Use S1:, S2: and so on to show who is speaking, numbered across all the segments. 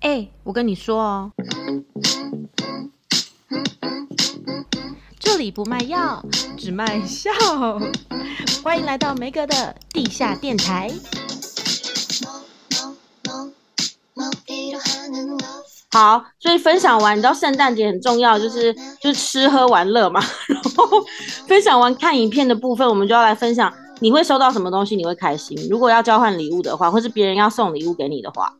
S1: 哎、我跟你说哦，这里不卖药，只卖笑。欢迎来到梅哥的地下电台。
S2: 하는 것
S1: 好，所以分享完，你知道圣诞节很重要，就是就是吃喝玩乐嘛。 然后分享完看影片的部分，我们就要来分享你会收到什么东西，你会开心。如果要交换礼物的话，或是别人要送礼物给你的话，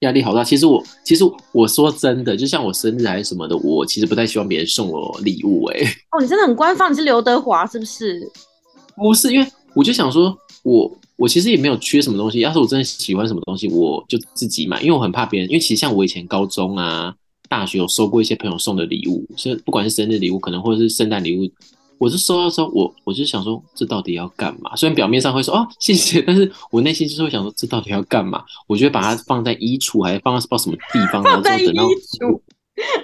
S3: 压力好大。其实我，其实我说真的，就像我生日还是什么的，我其实不太希望别人送我礼物、欸。 哎，
S1: 哦，你真的很官方，你是刘德华是不是？
S3: 不是，因为我就想说，我我其实也没有缺什么东西。要是我真的喜欢什么东西，我就自己买，因为我很怕别人。因为其实像我以前高中啊、大学有收过一些朋友送的礼物，是不管是生日礼物，可能或者是圣诞礼物。我是收到之后，我我就想说，这到底要干嘛？虽然表面上会说哦谢谢，但是我内心就是会想说，这到底要干嘛？我就会把它放在衣橱，还是放到不知道什么地方，然后之后等到
S1: 橱，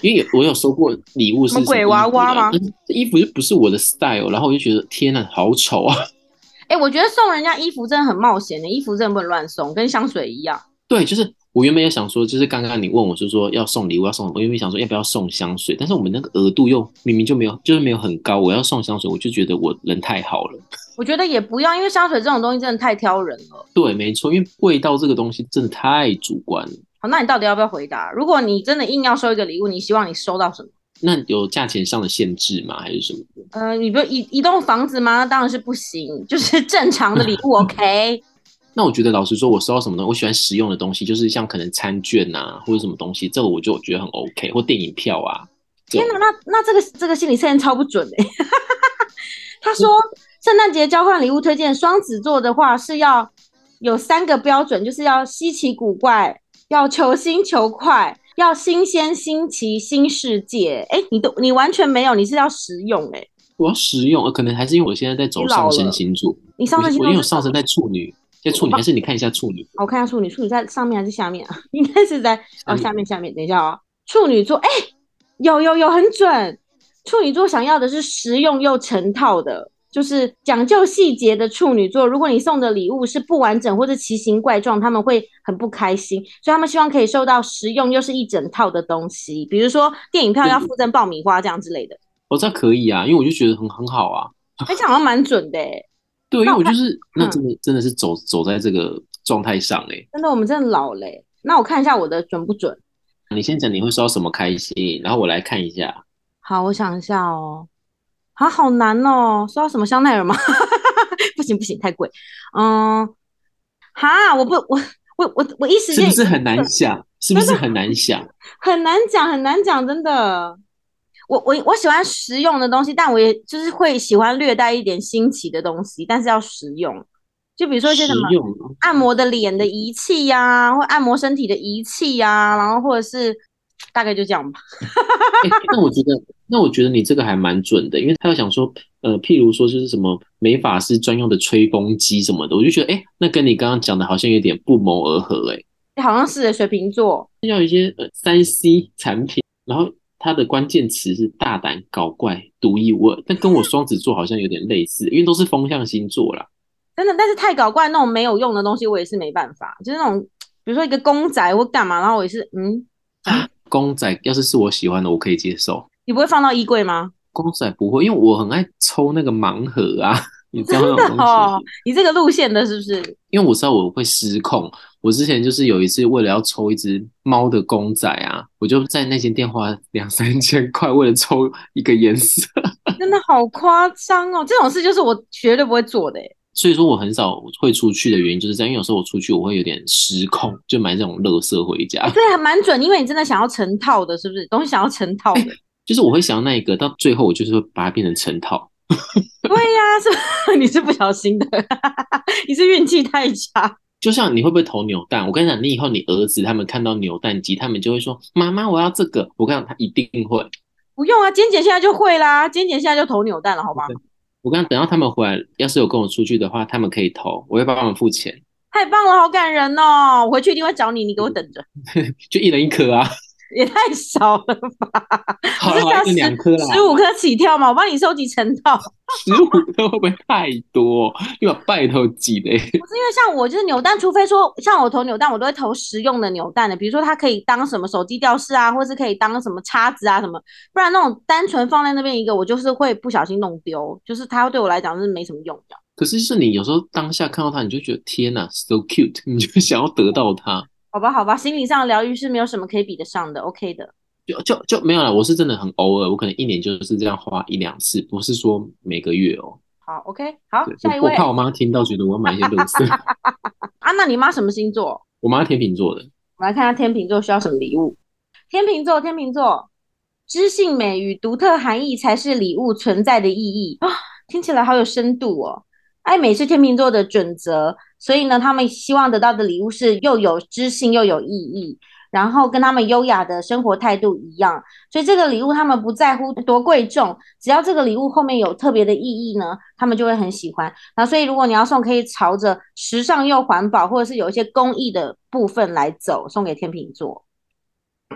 S3: 因为有我有收过礼物是
S1: 什么鬼
S3: 什么衣服
S1: 娃娃吗？
S3: 啦但是这衣服就不是我的 style，然后我就觉得天呐，好丑啊！
S1: 哎、我觉得送人家衣服真的很冒险欸的，衣服真的不能乱送，跟香水一样。
S3: 对，就是我原本也想说，就是刚刚你问我是说要送礼物要送，我原本想说要不要送香水，但是我们那个额度又明明就没有，就是没有很高，我要送香水，我就觉得我人太好 了。
S1: 我觉得也不要，因为香水这种东西真的太挑人了。
S3: 对，没错，因为味道这个东西真的太主观了。
S1: 好，那你到底要不要回答？如果你真的硬要收一个礼物，你希望你收到什么？
S3: 那有价钱上的限制吗？还是什么？
S1: 呃，你不一一栋房子吗？那当然是不行，就是正常的礼 物，OK。
S3: 那我觉得老实说，我收到什么东西，我喜欢实用的东西，就是像可能餐券啊，或者什么东西，这个我就觉得很 OK，或电影票啊。这
S1: 天
S3: 种
S1: 哪，那那这个这个心理测验超不准的、 欸。他说，圣诞节交换礼物推荐双子座的话是要有三个标准，就是要稀奇古怪，要求新求快，要新鲜新奇新世界。哎、你都你完全没有，你是要实用哎、
S3: 我要实用，呃可能还是因为我现在在走
S1: 你老
S3: 上
S1: 了
S3: 升星座，
S1: 你上升星
S3: 我
S1: 座
S3: 我因为我
S1: 是
S3: 上升在处女，在处女，还是你看一下处女，
S1: 我看一下处女，处女在上面还是下面啊？ 应该是在哦，下
S3: 下
S1: 面下面。等一下哦，处女座，哎、有有有，很准。处女座想要的是实用又成套的，就是讲究细节的处女座。如果你送的礼物是不完整或者奇形怪状，他们会很不开心，所以他们希望可以收到实用又是一整套的东西，比如说电影票要附赠爆米花这样之 类的。
S3: 我知道可以啊，因为我就觉得很很好啊。
S1: 哎、这样好像蛮准的、欸，
S3: 对，因为我就是
S1: 那嗯
S3: 那真的真的是走走在这个状态上哎、
S1: 真的，我们真的老嘞、那我看一下我的准不准。
S3: 你先讲你会收到什么开心，然后我来看一下。
S1: 好，我想一下哦，啊，好难哦，收到什么香奈儿吗？ 不行不行，太贵。嗯，哈，我不，我我我我一时
S3: 是
S1: 间
S3: 不是很难想？是不是很难想？
S1: 很难讲，很难讲，真的。我我我喜欢实用的东西，但我也就是会喜欢略带一点新奇的东西，但是要实用。就 比如说一些
S3: 实
S1: 什么
S3: 用啊
S1: 按摩的脸的仪器呀、或按摩身体的仪器呀、然后或者是大概就这样吧。
S3: 欸那我觉得，那我觉得你这个还蛮准的，因为他又想说，呃，譬如说就是什么美发师专用的吹风机什么的，我就觉得，哎、那跟你刚刚讲的好像有点不谋而合、欸，
S1: 好像是水瓶座，
S3: 要一些呃三 C 产品，然后它的关键词是大胆、搞怪、独一无二，但跟我双子座好像有点类似，因为都是风象星座啦。
S1: 真的，但是太搞怪那种没有用的东西，我也是没办法。就是那种，比如说一个公仔或干嘛，然后我也是，嗯，
S3: 公仔要是是我喜欢的，我可以接受。
S1: 你不会放到衣柜吗？
S3: 公仔不会，因为我很爱抽那个盲盒啊， 你知道那种
S1: 真
S3: 东
S1: 的
S3: 西。
S1: 哦，你这个路线的是不是？
S3: 因为我知道我会失控。我之前就是有一次为了要抽一只猫的公仔啊，我就在那间店花两三千块，为了抽一个颜色。
S1: 真的好夸张哦！这种事就是我绝对不会做的欸耶。
S3: 所以说我很少会出去的原因就是这样，因为有时候我出去我会有点失控，就买这种垃圾回家。
S1: 对，还蛮准，因为你真的想要成套的，是不是？东西想要成套
S3: 哎
S1: 的，
S3: 就是我会想要那一个，到最后我就是会把它变成成套。
S1: 对呀、是吧？你是 不小心的，你是运气太差。
S3: 就像你会不会投扭蛋？我跟你讲，你以后你儿子他们看到扭蛋机，他们就会说：“妈妈，我要这个。”我跟你讲，他一定会。
S1: 不用啊，简简现在就会啦，简简现在就投扭蛋了，好吧？
S3: 我跟你讲等到他们回来，要是有跟我出去的话，他们可以投，我会帮他们付钱，
S1: 太棒了，好感人哦！我回去一定会找你，你给我等着。
S3: 就一人一颗啊。
S1: 也太少了吧？
S3: 好
S1: 不是
S3: 了，
S1: 要
S3: 就两颗啦，
S1: 十五颗起跳嘛，我帮你收集成套。
S3: 十五颗会不会太多？你把拜托挤嘞，
S1: 不是因为像我就是扭蛋，除非说像我投扭蛋，我都会投实用的扭蛋的，比如说它可以当什么手机吊饰啊，或是可以当什么叉子啊什么，不然那种单纯放在那边一个，我就是会不小心弄丢，就是它对我来讲是没什么用的。
S3: 可是是你有时候当下看到它，你就觉得天哪，so cute，你 就想要得到它，
S1: 好吧，好吧，心理上的疗愈是没有什么可以比得上的，OK 的。
S3: 就就就没有了。我是真的很偶尔，我可能一年就是这样花一两次，不是说每个月哦。
S1: 好，OK，好
S3: 对，
S1: 下一
S3: 我
S1: 位
S3: 怕我妈听到觉得我要买一些东 西。
S1: 啊，那你妈什么星座？
S3: 我妈天秤座的，
S1: 我们来看看天秤座需要什么礼物。天秤座，天秤座，知性美与独特含义才是礼物存在的意义啊！听起来好有深度哦。爱美是天秤座的准则，所以呢，他们希望得到的礼物是又有知性又有意义，然后跟他们优雅的生活态度一样。所以这个礼物他们不在乎多贵重，只要这个礼物后面有特别的意义呢，他们就会很喜欢。那所以如果你要送，可以朝着时尚又环保，或者是有一些公益的部分来走，送给天秤座。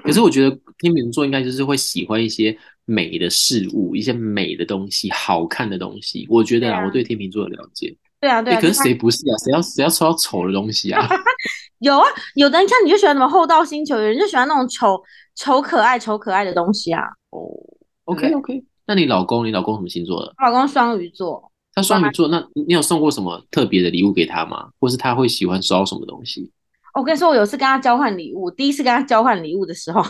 S3: 可是我觉得天秤座应该就是会喜欢一些美的事物，一些美的东西，好看的东西。我觉得
S1: 对
S3: 啊，
S1: 啊
S3: 我对天秤座的了解。
S1: 对啊，对
S3: 哎、
S1: 啊，
S3: 可是
S1: 就看
S3: 谁不是啊？谁要谁要抽到丑的东西啊？
S1: 有啊？有的人看你就喜欢什么厚道星球，有人就喜欢那种丑丑可爱、丑可爱的东西啊。
S3: 哦
S1: 对
S3: ，OK OK，那你老公，你老公什么星座的？
S1: 我老公双鱼座，
S3: 他双鱼座，那你你有送过什么特别的礼物给他吗？或是他会喜欢收到什么东西？
S1: 我跟你说，我有次跟他交换礼物，第一次跟他交换礼物的时候，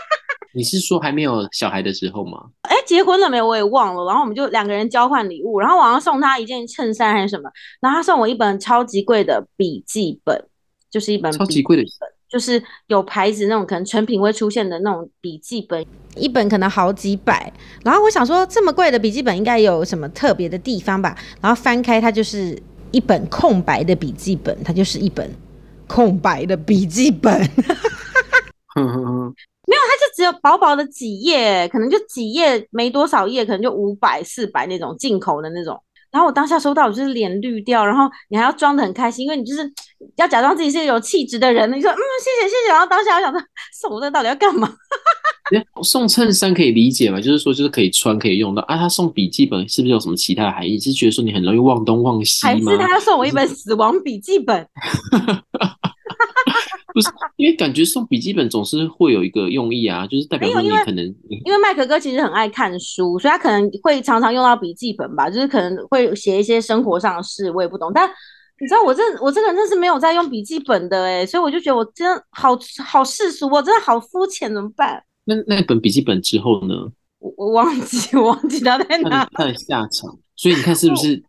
S3: 你是说还没有小孩的时候吗？
S1: 哎，结婚了没？我也忘了。然后我们就两个人交换礼物，然后我好像送他一件衬衫还是什么，然后他送我一本超级贵的笔记本，就是一本
S3: 超级
S1: 笔记
S3: 贵的
S1: 本，就是有牌子那种，可能成品会出现的那种笔记本，一本可能好几百。然后我想说，这么贵的笔记本应该有什么特别的地方吧？然后翻开它就是一本空白的笔记本，它就是一本空白的笔记本。嗯
S3: 哼哼哼，
S1: 就只有薄薄的几页，可能就几页，没多少页，可能就五百、四百那种进口的那种。然后我当下收到，我就是脸绿掉，然后你还要装的很开心，因为你就是要假装自己是有气质的人。你说嗯，谢谢谢谢。然后当下我想说， 送我这到底要干嘛？
S3: 诶送衬衫可以理解嘛？就是说，就是可以穿，可以用到啊。他送笔记本是不是有什么其他的含义？是觉得说你很容易忘东忘西
S1: 还
S3: 吗
S1: 是？他要送我一本死亡笔记本？
S3: 不是，因为感觉送笔记本总是会有一个用意啊，就是代表
S1: 没有
S3: 说你
S1: 因为
S3: 可能嗯你
S1: 因为麦克哥其实很爱看书，所以他可能会常常用到笔记本吧，就是可能会写一些生活上的事，我也不懂。但你知道我这我这个人真是没有在用笔记本的诶、所以我就觉得我真的好好世俗哦，我真的好肤浅，怎么办？
S3: 那那本笔记本之后呢？
S1: 我我忘记 我忘记他在
S3: 他
S1: 哪
S3: 的，他的下场，所以你看是不是？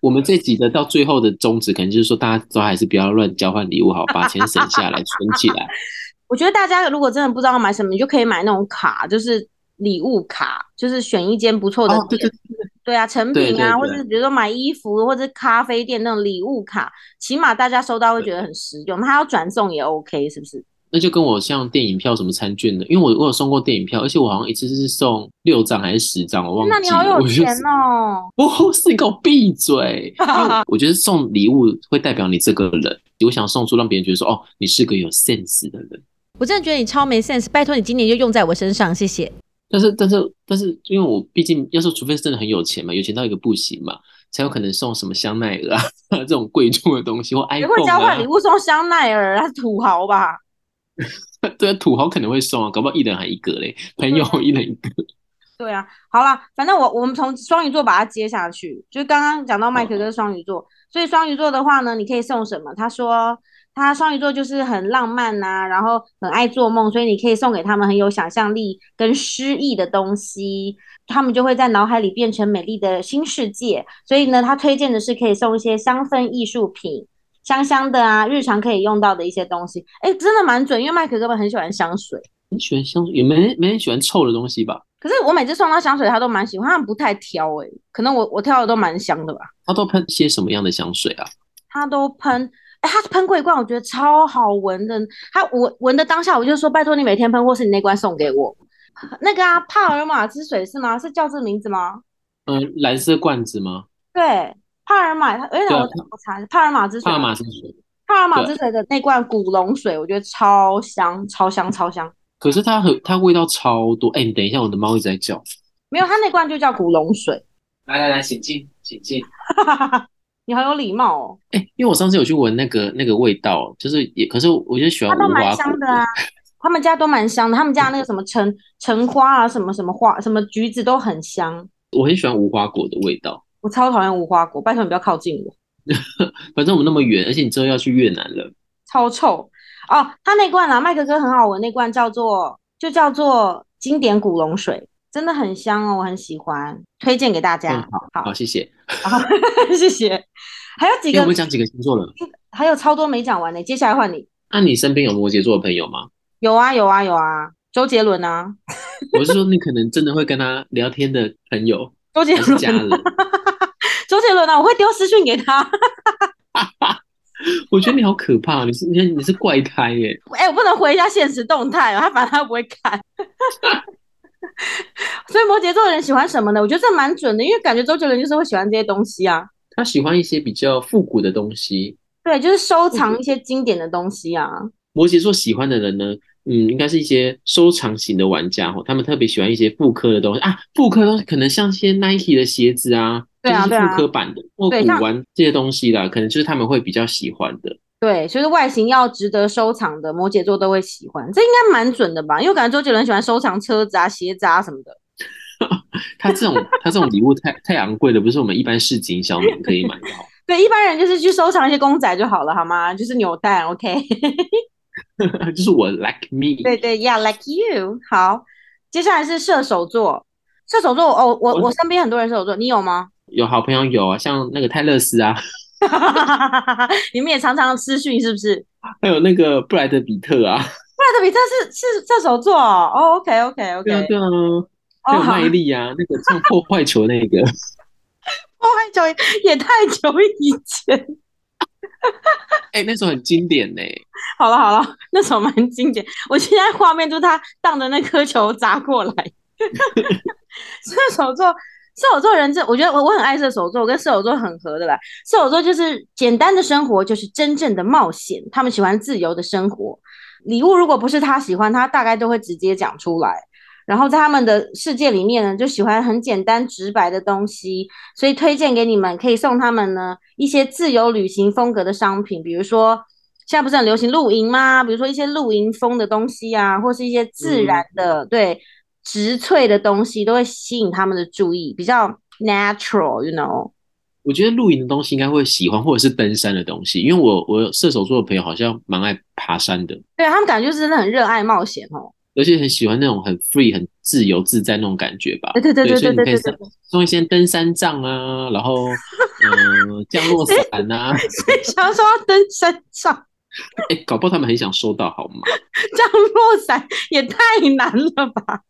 S3: 我们这集的到最后的宗旨，可能就是说，大家都还是不要乱交换礼物，好，把钱省下来，存起来。
S1: 我觉得大家如果真的不知道要买什么，你就可以买那种卡，就是礼物卡，就是选一间不错的
S3: 哦，对
S1: 店。
S3: 对，
S1: 对啊，成
S3: 对
S1: 品
S3: 对
S1: 啊，或
S3: 对
S1: 者比如说买衣服或者咖啡店那种礼物卡，起码大家收到会觉得很实用。他要转送也 OK，是不是？
S3: 那就跟我像电影票什么餐券的，因为我我有送过电影票，而且我好像一次是送六张还是十张，我忘
S1: 那你
S3: 记
S1: 好
S3: 了。
S1: 有
S3: 我就
S1: 钱
S3: 是，
S1: 哦！
S3: 不是你 给我 闭嘴！因为我觉得送礼物会代表你这个人，我想送出让别人觉得说，哦，你是个有 sense 的人。
S1: 我真的觉得你超没 sense，拜托你今年就用在我身上，谢谢。
S3: 但是，但是，但是，因为我毕竟要是，除非是真的很有钱嘛，有钱到一个不行嘛，才有可能送什么香奈儿啊 这种贵重的东西，或
S1: 谁会
S3: iPhone
S1: 交换礼
S3: 啊，
S1: 物送香奈儿？他是土豪吧？
S3: 对啊，土豪可能会送啊，搞不好一人还一个嘞，朋友
S1: 啊
S3: 一人一个。
S1: 对啊，好啦，反正我我们从双鱼座把它接下去，就是刚刚讲到麦克跟双鱼座，所以双鱼座的话呢，你可以送什么？他说他双鱼座就是很浪漫呐、然后很爱做梦，所以你可以送给他们很有想象力跟诗意的东西，他们就会在脑海里变成美丽的新世界。所以呢，他推荐的是可以送一些香氛艺术品。香香的啊，日常可以用到的一些东西，哎，真的蛮准，因为麦克哥们很喜欢香水，
S3: 你喜欢香水，也没人没人喜欢臭的东西吧？
S1: 可是我每次送他香水，他都蛮喜欢，他不太挑诶、可能我我挑的都蛮香的吧。
S3: 他都喷些什么样的香水啊？
S1: 他都喷，哎、他喷过一罐，我觉得超好闻的。他闻闻的当下，我就说拜托你每天喷，或是你那罐送给我。那个啊，帕尔玛之水是吗？是叫这名字吗？
S3: 嗯、蓝色罐子吗？
S1: 对，帕尔玛，他哎，
S3: 对
S1: 我
S3: 啊
S1: 我查一下帕尔玛之水
S3: 帕
S1: 吗，
S3: 玛香水。
S1: 帕尔玛之
S3: 对
S1: 水的那罐古龙水，我觉得超香，超香，超香。
S3: 可是它很它味道超多。哎、你等一下，我的猫一直在叫。
S1: 没有，它那罐就叫古龙水。
S3: 来来来，请进，请进。
S1: 你好有礼貌哦，
S3: 哎、因为我上次有去闻那个那个味道，就是也，可是我就喜欢
S1: 它都
S3: 无
S1: 蛮
S3: 花
S1: 香
S3: 果
S1: 的啊。 他们家都蛮香的，他们家那个什么橙橙花啊，什么什么花，什么橘子都很香。
S3: 我很喜欢无花果的味道。
S1: 我超讨厌无花果，拜托你不要靠近我，
S3: 反正我们那么远，而且你之后要去越南了，
S1: 超臭哦。它那罐啊，麦哥哥很好闻，那罐叫做就叫做经典古龙水，真的很香哦，我很喜欢，推荐给大家。
S3: 嗯
S1: 好
S3: 好，谢谢。
S1: 好， 谢谢。还有几
S3: 哎、
S1: 个
S3: 我们讲几个星座了？
S1: 还有超多没讲完呢，接下来换你。
S3: 那、你身边有摩羯座的朋友吗？
S1: 有啊，有啊，有啊，周杰伦啊，
S3: 我是说，你可能真的会跟他聊天的朋友，
S1: 周杰
S3: 还是家
S1: 伦，
S3: 人？
S1: 周杰伦啊，我会丢私讯给他。
S3: 我觉得你好可怕，哦你是你你是怪胎耶、
S1: 哎、我不能回一下现实动态哦，他反正他不会看。 所以摩羯座的人喜欢什么呢？我觉得这蛮准的，因为感觉周杰伦就是会喜欢这些东西啊。
S3: 他喜欢一些比较复古的东西。
S1: 对，就是收藏一些经典的东西啊。
S3: 摩羯座喜欢的人呢，嗯，应该是一些收藏型的玩家哦，他们特别喜欢一些复刻的东西啊，复刻的东西可能像一些 Nike 的鞋子啊，
S1: 对啊
S3: 就是
S1: 对啊
S3: 复刻版的或
S1: 对
S3: 古
S1: 像
S3: 玩这些东西啦，可能就是他们会比较喜欢的。
S1: 对，就是外形要值得收藏的，摩羯座都会喜欢，这应该蛮准的吧？因为我感觉周杰伦喜欢收藏车子啊、鞋子啊什么的。
S3: 他这种他这种礼物太太昂贵了，不是我们一般市井小民可以买的哦。
S1: 对，一般人就是去收藏一些公仔就好了，好吗？就是扭蛋，OK？
S3: 就是我 like me，
S1: 对对，Yeah，like you。好，接下来是射手座。射手座，哦，我
S3: 我
S1: 我身边很多人射手座，你有吗？
S3: 有好朋友有啊，像那个泰勒斯啊，
S1: 你们也常常私讯是不是？
S3: 还有那个布莱德比特啊，
S1: 布莱德比特是是射手座哦、哦 o k OK
S3: 对啊
S1: OK，
S3: 对啊，还
S1: 哦
S3: 有
S1: 好，
S3: 麦莉啊，那个唱破坏球那个，
S1: 太久也太久以前，
S3: 哎、那时候很经典呢、
S1: 好了好了， 那首蛮经典，我现在画面就是他荡着那颗球砸过来。 射手座，射手座人这，我觉得我我很爱射手座，我跟射手座很合的啦。射手座就是简单的生活，就是真正的冒险，他们喜欢自由的生活。礼物如果不是他喜欢，他大概都会直接讲出来。然后在他们的世界里面呢，就喜欢很简单直白的东西，所以推荐给你们，可以送他们呢一些自由旅行风格的商品，比如说现在不是很流行露营吗？比如说一些露营风的东西啊，或是一些自然的、对植萃的东西，都会吸引他们的注意，比较 natural，you know。
S3: 我觉得露营的东西应该会喜欢，或者是登山的东西，因为我我有射手座的朋友好像蛮爱爬山的，
S1: 对他们感觉就是真的很热爱冒险哦。
S3: 而且很喜欢那种很 free、很自由自在那种感觉吧。
S1: 对对对对
S3: 所
S1: 对
S3: 以你
S1: 对
S3: 可以
S1: 对
S3: 送
S1: 对，
S3: 送一些登山杖啊，然后嗯、呃降落伞啊，
S1: 对想说要登山杖、
S3: 哎、搞不好他们很想收到好吗？
S1: 降落伞也太难了吧？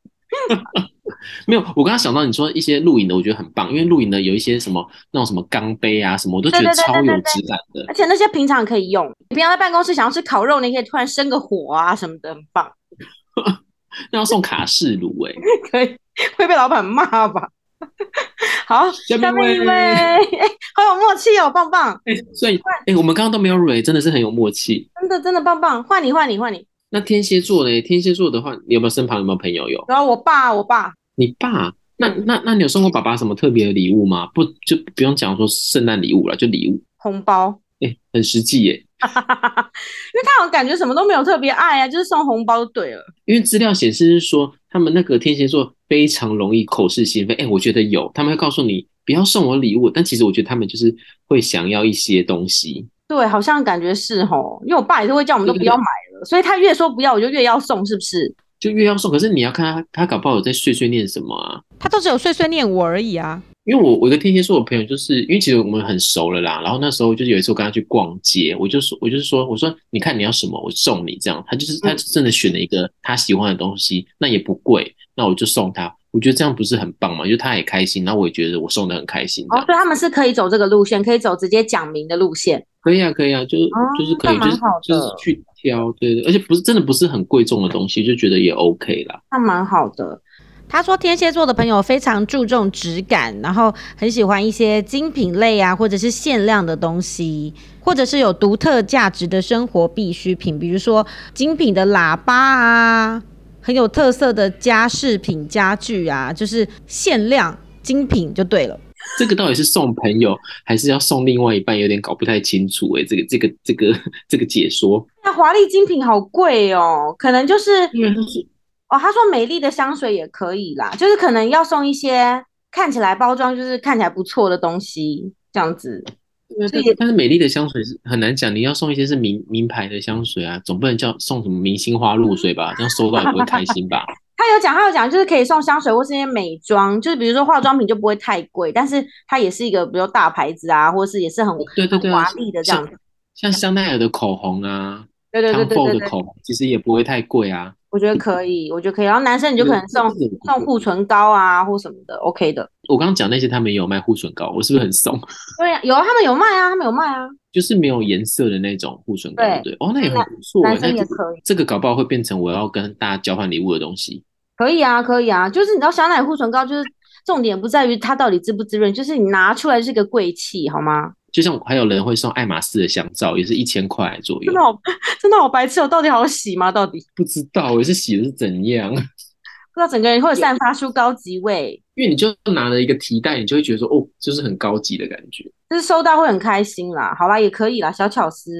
S3: 没有，我刚刚想到你说一些露营的，我觉得很棒，因为露营的有一些什么那种什么钢杯啊什么，我都觉
S1: 对对
S3: 得
S1: 对
S3: 超有
S1: 对对
S3: 质感的。
S1: 而且那些平常可以用，你平常在办公室想要吃烤肉，你可以突然生个火啊什么的，很棒。
S3: 那要送卡式炉哎、
S1: 可以会被老板骂吧？好，
S3: 下面
S1: 下面一
S3: 一
S1: 位，
S3: 位
S1: 哎、好有默契哦，棒棒，
S3: 所以 哎、我们刚刚都没有蕊，真的是很有默契。
S1: 真的真的棒棒，换你换你换你，
S3: 那天蝎座嘞？天蝎座的话，你有没有身旁有没有朋友有？
S1: 然后我爸我爸，
S3: 你爸？那
S1: 嗯
S3: 那那你有送过爸爸什么特别的礼物吗？不就不用讲说圣诞礼物了，就礼物，
S1: 红包，
S3: 哎、很实际耶。
S1: 因为他好像感觉什么都没有特别爱啊，就是送红包就对了，
S3: 因为资料显示是说，他们那个天蝎座非常容易口是心非。哎、我觉得有，他们会告诉你不要送我礼物，但其实我觉得他们就是会想要一些东西。
S1: 对，好像感觉是吼，因为我爸也是会叫我们都
S3: 对
S1: 不
S3: 对
S1: 要
S3: 对
S1: 买了，所以他越说不要，我就越要送，是不是？
S3: 就越要送，可是你要看他，他搞不好有在碎碎念什么啊？
S2: 他都只有碎碎念我而已啊。
S3: 因为我我一个天蝎座的朋友，就是因为其实我们很熟了啦。然后那时候就是有一次我跟他去逛街，我就说我就是说我说你看你要什么，我送你这样。他就是他真的选了一个他喜欢的东西，那也不贵，那我就送他。我觉得这样不是很棒嘛？就是他也开心，然后我也觉得我送的很开心这
S1: 哦，
S3: 样。
S1: 对，他们是可以走这个路线，可以走直接讲明的路线，
S3: 可以啊，可以啊，就是
S1: 哦
S3: 就是可以，
S1: 那
S3: 就
S1: 蛮
S3: 是
S1: 好的
S3: 就是去挑，对对，而且不是真的不是很贵重的东西，就觉得也 OK 啦。
S1: 那蛮好的。
S2: 他说天蝎座的朋友非常注重质感，然后很喜欢一些精品类啊，或者是限量的东西，或者是有独特价值的生活必需品，比如说精品的喇叭啊。很有特色的家饰品、家具啊，就是限量精品就对了。
S3: 这个到底是送朋友，还是要送另外一半？有点搞不太清楚哎、这个这个这个这个解说，
S1: 那华丽精品好贵哦，可能就是
S3: 因为他说
S1: 哦，他说美丽的香水也可以啦，就是可能要送一些看起来包装就是看起来不错的东西，这样子。
S3: 对啊，但
S1: 所以
S3: 但是美丽的香水是很难讲，你要送一些是名名牌的香水啊，总不能叫送什么明星花露水吧？这样收到也不会开心 吧？
S1: 他有讲，他有讲，就是可以送香水或是一些美妆，就是比如说化妆品就不会太贵，但是它也是一个比如大牌子啊，或是也是很
S3: 对对对
S1: 很
S3: 啊
S1: 华丽的这样子。
S3: 像香奈儿的口红啊，
S1: 对对对对
S3: Tom Ford
S1: 对
S3: 的
S1: 对，
S3: 口红其实也不会太贵啊。
S1: 我觉得可以，我觉得可以。然后男生你就可能送
S3: 这个
S1: 送护唇膏啊或什么的，OK 的。
S3: 我刚刚讲那些，他们也有卖护唇膏，我是不是很怂？
S1: 对啊，有啊，他们有卖啊，他们有卖啊。
S3: 就是没有颜色的那种护唇膏，
S1: 对
S3: 对不对哦，那也很不错欸。
S1: 男生
S3: 那
S1: 也
S3: 这
S1: 可
S3: 个
S1: 以
S3: 这个搞不好会变成我要跟大家交换礼物的东西。
S1: 可以啊，可以啊，就是你知道香奈儿护唇膏，就是重点不在于它到底滋不滋润，就是你拿出来是个贵气，好吗？
S3: 就像还有人会送爱马仕的香皂，也是一千块左右
S1: 真的。哦好， 真的好白痴哦，到底好洗吗？到底
S3: 不知道欸我是洗的是怎样，
S1: 不知道整个人会散发出高级味，
S3: 因为你就拿了一个提袋，你就会觉得说，哦，就是很高级的感觉。
S1: 就是收到会很开心啦。好啦，也可以啦，小巧思。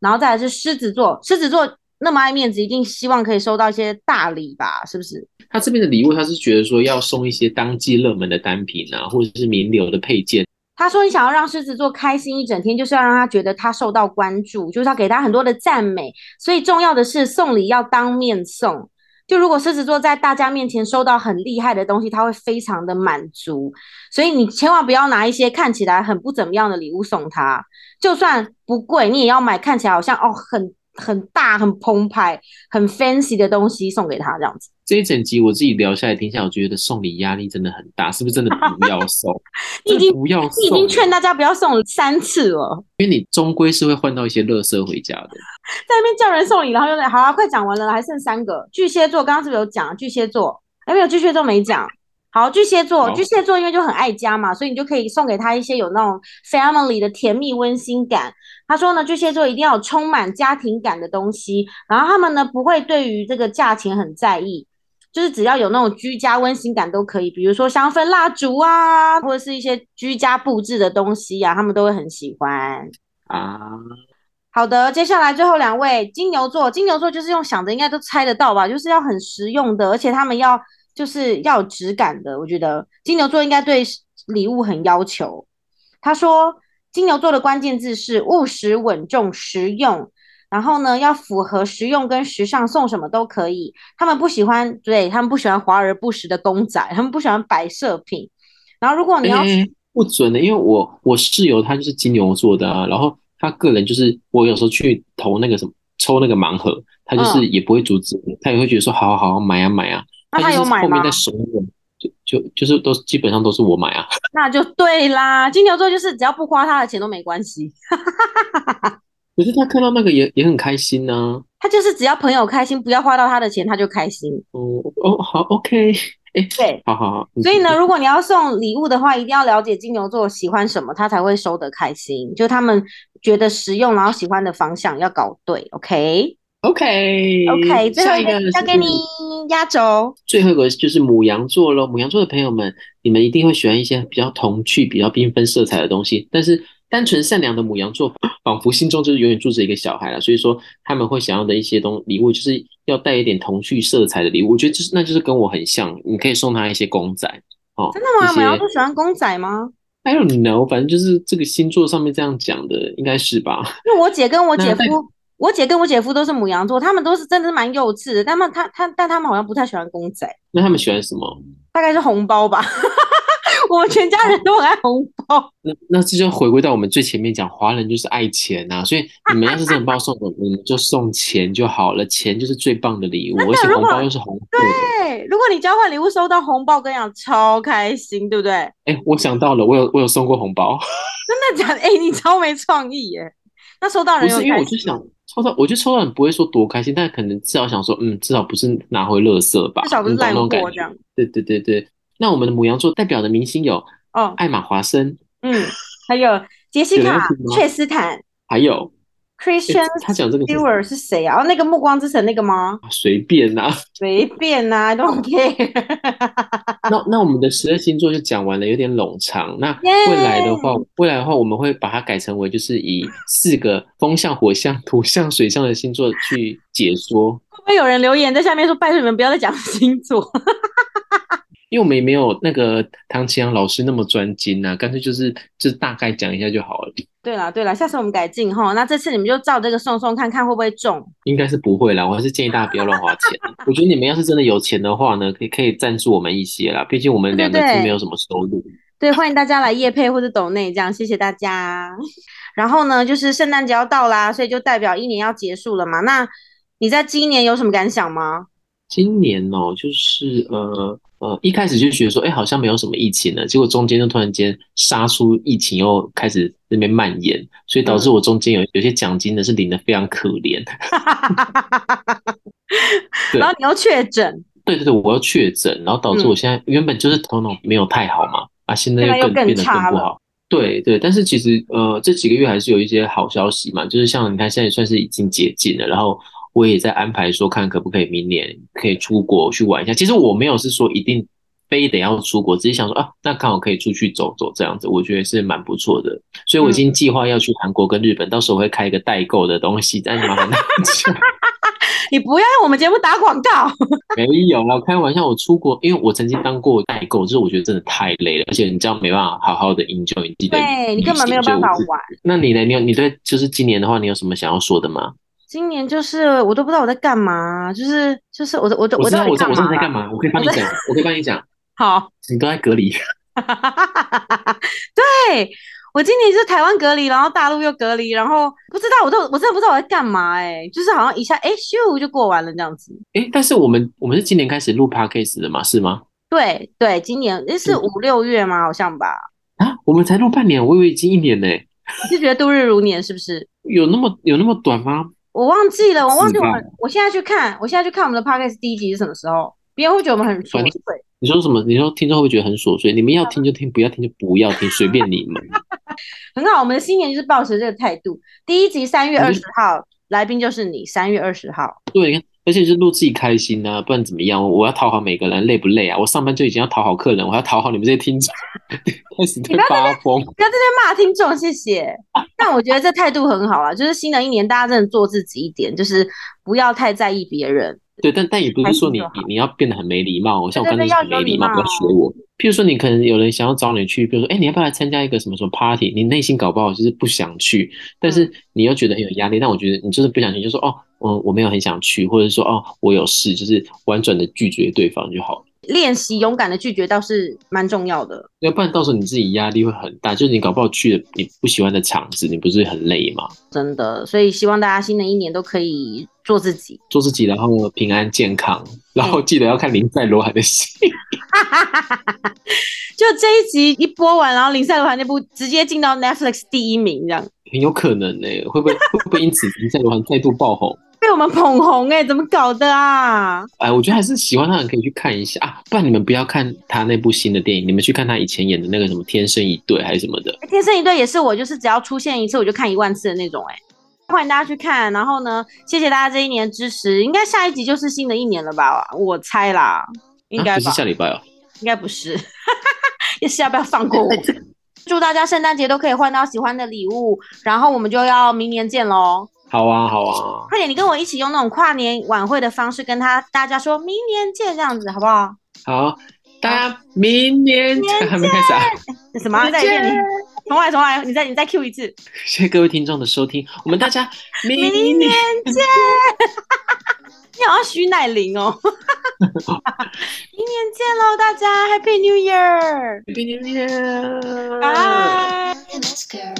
S1: 然后再来是狮子座，狮子座那么爱面子，一定希望可以收到一些大礼吧？是不是？
S3: 他这边的礼物，他是觉得说要送一些当季热门的单品啊，或者是名流的配件。
S1: 他说：“你想要让狮子座开心一整天，就是要让他觉得他受到关注，就是要给他很多的赞美。所以重要的是送礼要当面送。就如果狮子座在大家面前收到很厉害的东西，他会非常的满足。所以你千万不要拿一些看起来很不怎么样的礼物送他，就算不贵，你也要买看起来好像哦很很大、很澎湃、很 fancy 的东西送给他这样子。？
S3: 这一整集我自己聊下来听下来，我觉得送礼压力真的很大，是不是真的不要送
S1: 你已经
S3: 真的不要送，欸
S1: 你已经劝大家不要送三次了。”
S3: 因为你终归是会换到一些垃圾回家的。
S1: 在那边叫人送礼，然后又在好啊，快讲完了，还剩三个。巨蟹座刚刚是不是有讲啊巨蟹座？哎，没有，巨蟹座没讲。好，巨蟹座，
S3: 好
S1: 巨蟹座因为就很爱家嘛，所以你就可以送给他一些有那种 family 的甜蜜温馨感。他说呢，巨蟹座一定要有充满家庭感的东西，然后他们呢不会对于这个价钱很在意，就是只要有那种居家温馨感都可以，比如说香氛蜡烛啊，或者是一些居家布置的东西啊，他们都会很喜欢。
S3: 啊，
S1: 好的，接下来最后两位金牛座，金牛座就是用想的应该都猜得到吧，就是要很实用的，而且他们要就是要有质感的。我觉得金牛座应该对礼物很要求。他说，金牛座的关键字是务实、稳重、实用，然后呢要符合实用跟时尚，送什么都可以。他们不喜欢，对，他们不喜欢华而不实的公仔，他们不喜欢摆设品。然后如果你要
S3: 哎不准的，因为我我室友他就是金牛座的啊，然后他个人就是我有时候去投那个什么抽那个盲盒，他就是也不会阻止我，他也会觉得说好好好买啊买啊，
S1: 嗯那他
S3: 就
S1: 有
S3: 是
S1: 买
S3: 后面
S1: 吗
S3: 在怂我，就就就是都基本上都是我买啊，
S1: 那就对啦，金牛座就是只要不花他的钱都没关系。
S3: 可是他看到那个也也很开心啊呐、
S1: 他就是只要朋友开心，不要花到他的钱，他就开心。
S3: 哦哦好 OK，
S1: 对，
S3: 好好嗯好，
S1: 所以呢，如果你要送礼物的话，一定要了解金牛座喜欢什么，他才会收得开心。就他们觉得实用，然后喜欢的方向要搞对。OK
S3: OK
S1: OK，最后
S3: 嗯下
S1: 一
S3: 一个
S1: 个交
S3: 是
S1: 给你压轴。
S3: 最后一个就是母羊座喽，母羊座的朋友们，你们一定会喜欢一些比较童趣、比较缤纷色彩的东西。但是单纯善良的母羊座， 仿佛心中就是永远住着一个小孩了，所以说他们会想要的一些东礼物，就是要带一点童趣色彩的礼物。我觉得就是那就是跟我很像，你可以送他一些公仔哦，
S1: 真的吗？
S3: 一
S1: 母
S3: 些
S1: 羊座喜欢公仔吗？
S3: I don't know，反正就是这个星座上面这样讲的，应该是吧？
S1: 因为我姐跟我姐夫
S3: 那代，
S1: 我姐跟我姐夫都是母羊座，他们都是真的是蛮幼稚的，但他们他他但他们好像不太喜欢公仔，
S3: 那他们喜欢什么？
S1: 大概是红包吧。 我们全家人都很爱红包。
S3: 那那这就回归到我们最前面讲，华人就是爱钱呐、 所以你们要是真的帮我送我，你们就送钱就好了，钱就是最棒的礼物，而且
S1: 如
S3: 红
S1: 果
S3: 包又是红色的。
S1: 对，如果你交换礼物收到红包，跟你讲超开心，对不对？
S3: 哎，我想到了，我有我有送过红包，
S1: 真的假的？ 哎、你超没创意耶！那收到
S3: 不
S1: 人有
S3: 是因为
S1: 开
S3: 我
S1: 心
S3: 就想抽到，我就抽到，你不会说多开心，但可能至少想说，嗯，至少不是拿回垃圾吧，
S1: 至少不是
S3: 你懂
S1: 烂
S3: 那
S1: 货
S3: 种感
S1: 这
S3: 觉。
S1: 样。
S3: 对对对对，那我们的母羊座代表的明星有
S1: 哦，
S3: 艾玛华森，
S1: 嗯，还有杰西
S3: 有人
S1: 卡
S3: 要听吗
S1: ·雀斯坦，
S3: 还有
S1: Christian
S3: 他讲这个
S1: Stewart 是谁啊？哦，那个《暮光之城》那个吗？
S3: 随便啊啦、
S1: 随便呐、i don't care。啊
S3: 那那我们的十二星座就讲完了，有点冗长。那
S1: 耶
S3: 未来的话，
S1: 嗯
S3: 未来的话，我们会把它改成为就是以四个风象、火象、土象、水象的星座去解说，
S1: 会不会有人留言在下面说：“拜托你们不要再讲星座
S3: 因为我们也没有那个唐奇阳老师那么专精啊，干脆就是就是大概讲一下就好了，？”
S1: 对啦对啦，下次我们改进哈。那这次你们就照这个送送看看会不会中。
S3: 应该是不会啦。我还是建议大家不要乱花钱。我觉得你们要是真的有钱的话呢，可以可以赞助我们一些啦，毕竟我们
S1: 对
S3: 两
S1: 对
S3: 个是
S1: 对
S3: 没有什么收入。
S1: 对，欢迎大家来夜配或者抖内，这样谢谢大家。然后呢，就是圣诞节要到啦，所以就代表一年要结束了嘛。那你在今年有什么感想吗？
S3: 今年哦，就是呃呃，一开始就觉得说，哎，好像没有什么疫情了，结果中间就突然间杀出疫情，又开始那边蔓延，所以导致我中间有有些奖金呢是领的非常可怜。对
S1: 然后你又确诊，
S3: 对对对，我要确诊，然后导致我现在原本就是头脑没有太好嘛，啊，现在
S1: 嗯现在又
S3: 又更
S1: 更
S3: 变得更
S1: 差
S3: 不
S1: 了
S3: 好。对对，但是其实呃，这几个月还是有一些好消息嘛，就是像你看，现在也算是已经解禁了，然后我也在安排说，看可不可以明年可以出国去玩一下。其实我没有是说一定非得要出国，只是想说啊，那刚好可以出去走走这样子，我觉得是蛮不错的。所以
S1: 嗯
S3: 我已经计划要去韩国跟日本，到时候我会开一个代购的东西，但是 麻烦大家。
S1: 你不要让我们节目打广告。
S3: 没有啦，开玩笑。我出国，因为我曾经当过代购，就是我觉得真的太累了，而且你这样没办法好好的 enjoy 你自己的
S1: 对
S3: 旅
S1: 你根本
S3: 行
S1: 没有办法。
S3: 所以我
S1: 玩。
S3: 是那你呢？你有你对就是今年的话，你有什么想要说的吗？
S1: 今年就是我都不知道我在干嘛，就是就是我的我的
S3: 我知
S1: 到
S3: 道，
S1: 底
S3: 我知道，
S1: 干
S3: 我知道
S1: 嘛
S3: 你在干
S1: 啦？
S3: 嘛。我可以帮你
S1: 我在
S3: 讲，我可以帮你讲。
S1: 好，
S3: 你都在隔离，
S1: 对我今年是台湾隔离，然后大陆又隔离，然后不知道我都我真的不知道我在干嘛哎、就是好像一下哎、咻就过完了这样子。
S3: 诶，但是我们我们是今年开始录 podcast 的嘛，是吗？
S1: 对对，今年诶是
S3: 嗯
S1: 五六月吗？好像吧。
S3: 啊，我们才录半年，我以为已经一年呢，
S1: 你是觉得度日如年是不是？
S3: 有那么有那么短吗？
S1: 我忘记了，我忘记
S3: 是
S1: 我
S3: 吧
S1: 们，我现在去看，我现在去看我们的 podcast 第一集是什么时候？别人会觉得我们很琐
S3: 反
S1: 碎。
S3: 你说什么？你说听众会不会觉得很琐碎？你们要听就听，不要听就不要听，随便你们。
S1: 很好，我们的新年就是抱持这个态度。第一集三月
S3: 我
S1: 二
S3: 就
S1: 十号，来宾就是你，三月二十号。
S3: 对，你看，而且是录自己开心啊，不然怎么样？我要讨好每个人，累不累啊？我上班就已经要讨好客人，我还要讨好你们这些听众， 开始在发疯。
S1: 不要在这边骂听众，谢谢。但我觉得这态度很好啊，就是新的一年大家真的做自己一点，就是不要太在意别人。
S3: 对，但但也不
S1: 开
S3: 是
S1: 心
S3: 说你
S1: 就好
S3: 你你要变得很没礼貌哦，像我
S1: 对对
S3: 刚才
S1: 对
S3: 就是很
S1: 要有
S3: 没
S1: 礼
S3: 礼貌，不要
S1: 貌
S3: 学我。譬如说，你可能有人想要找你去，比如说，哎，你要不要来参加一个什么什么 party？你内心搞不好就是不想去，
S1: 嗯
S3: 但是你又觉得很有压力。但我觉得你就是不想去，就说哦，嗯，我没有很想去，或者说哦，我有事，就是婉转的拒绝对方就好了。
S1: 练习勇敢的拒绝倒是蛮重要的。
S3: 要不然到时候你自己压力会很大，就是你搞不好去了你不喜欢的场子，你不是很累吗？
S1: 真的，所以希望大家新的一年都可以做自己。
S3: 做自己，然后平安健康，然后记得要看林赛罗海的戏。
S1: 就这一集一播完，然后林赛罗涵那部直接进到 Netflix 第一名，这样
S3: 很有可能呢、会不会会不会因此林赛罗涵再度爆红？
S1: 被我们捧红哎、怎么搞的啊？
S3: 哎，我觉得还是喜欢他的人可以去看一下啊，不然你们不要看他那部新的电影，你们去看他以前演的那个什么《天生一对》还是什么的。
S1: 天生一对也是我，就是只要出现一次我就看一万次的那种、哎，欢迎大家去看。然后呢，谢谢大家这一年的支持，应该下一集就是新的一年了吧？我猜啦，应
S3: 啊、
S1: 该
S3: 不是
S1: 吧？
S3: 下礼拜哦。
S1: 应该不是， 也是要不要放 过我？祝大家圣诞节都可以换到喜欢的礼物，然后我们就要明年见喽！
S3: 好啊，好啊，
S1: 快点，你跟我一起用那种跨年晚会的方式跟他大家说明年见，这样子好不好？
S3: 好，大家明年还没开始啊。
S1: 什么啊？再一遍，你重来重来，你再你再 Q 一次。
S3: 谢谢各位听众的收听，我们大家明
S1: 明
S3: 年
S1: 年见。你好像徐乃麟哦。明年见喽，大家，Happy New Year！
S3: 明年。
S1: 拜。
S4: in this girl.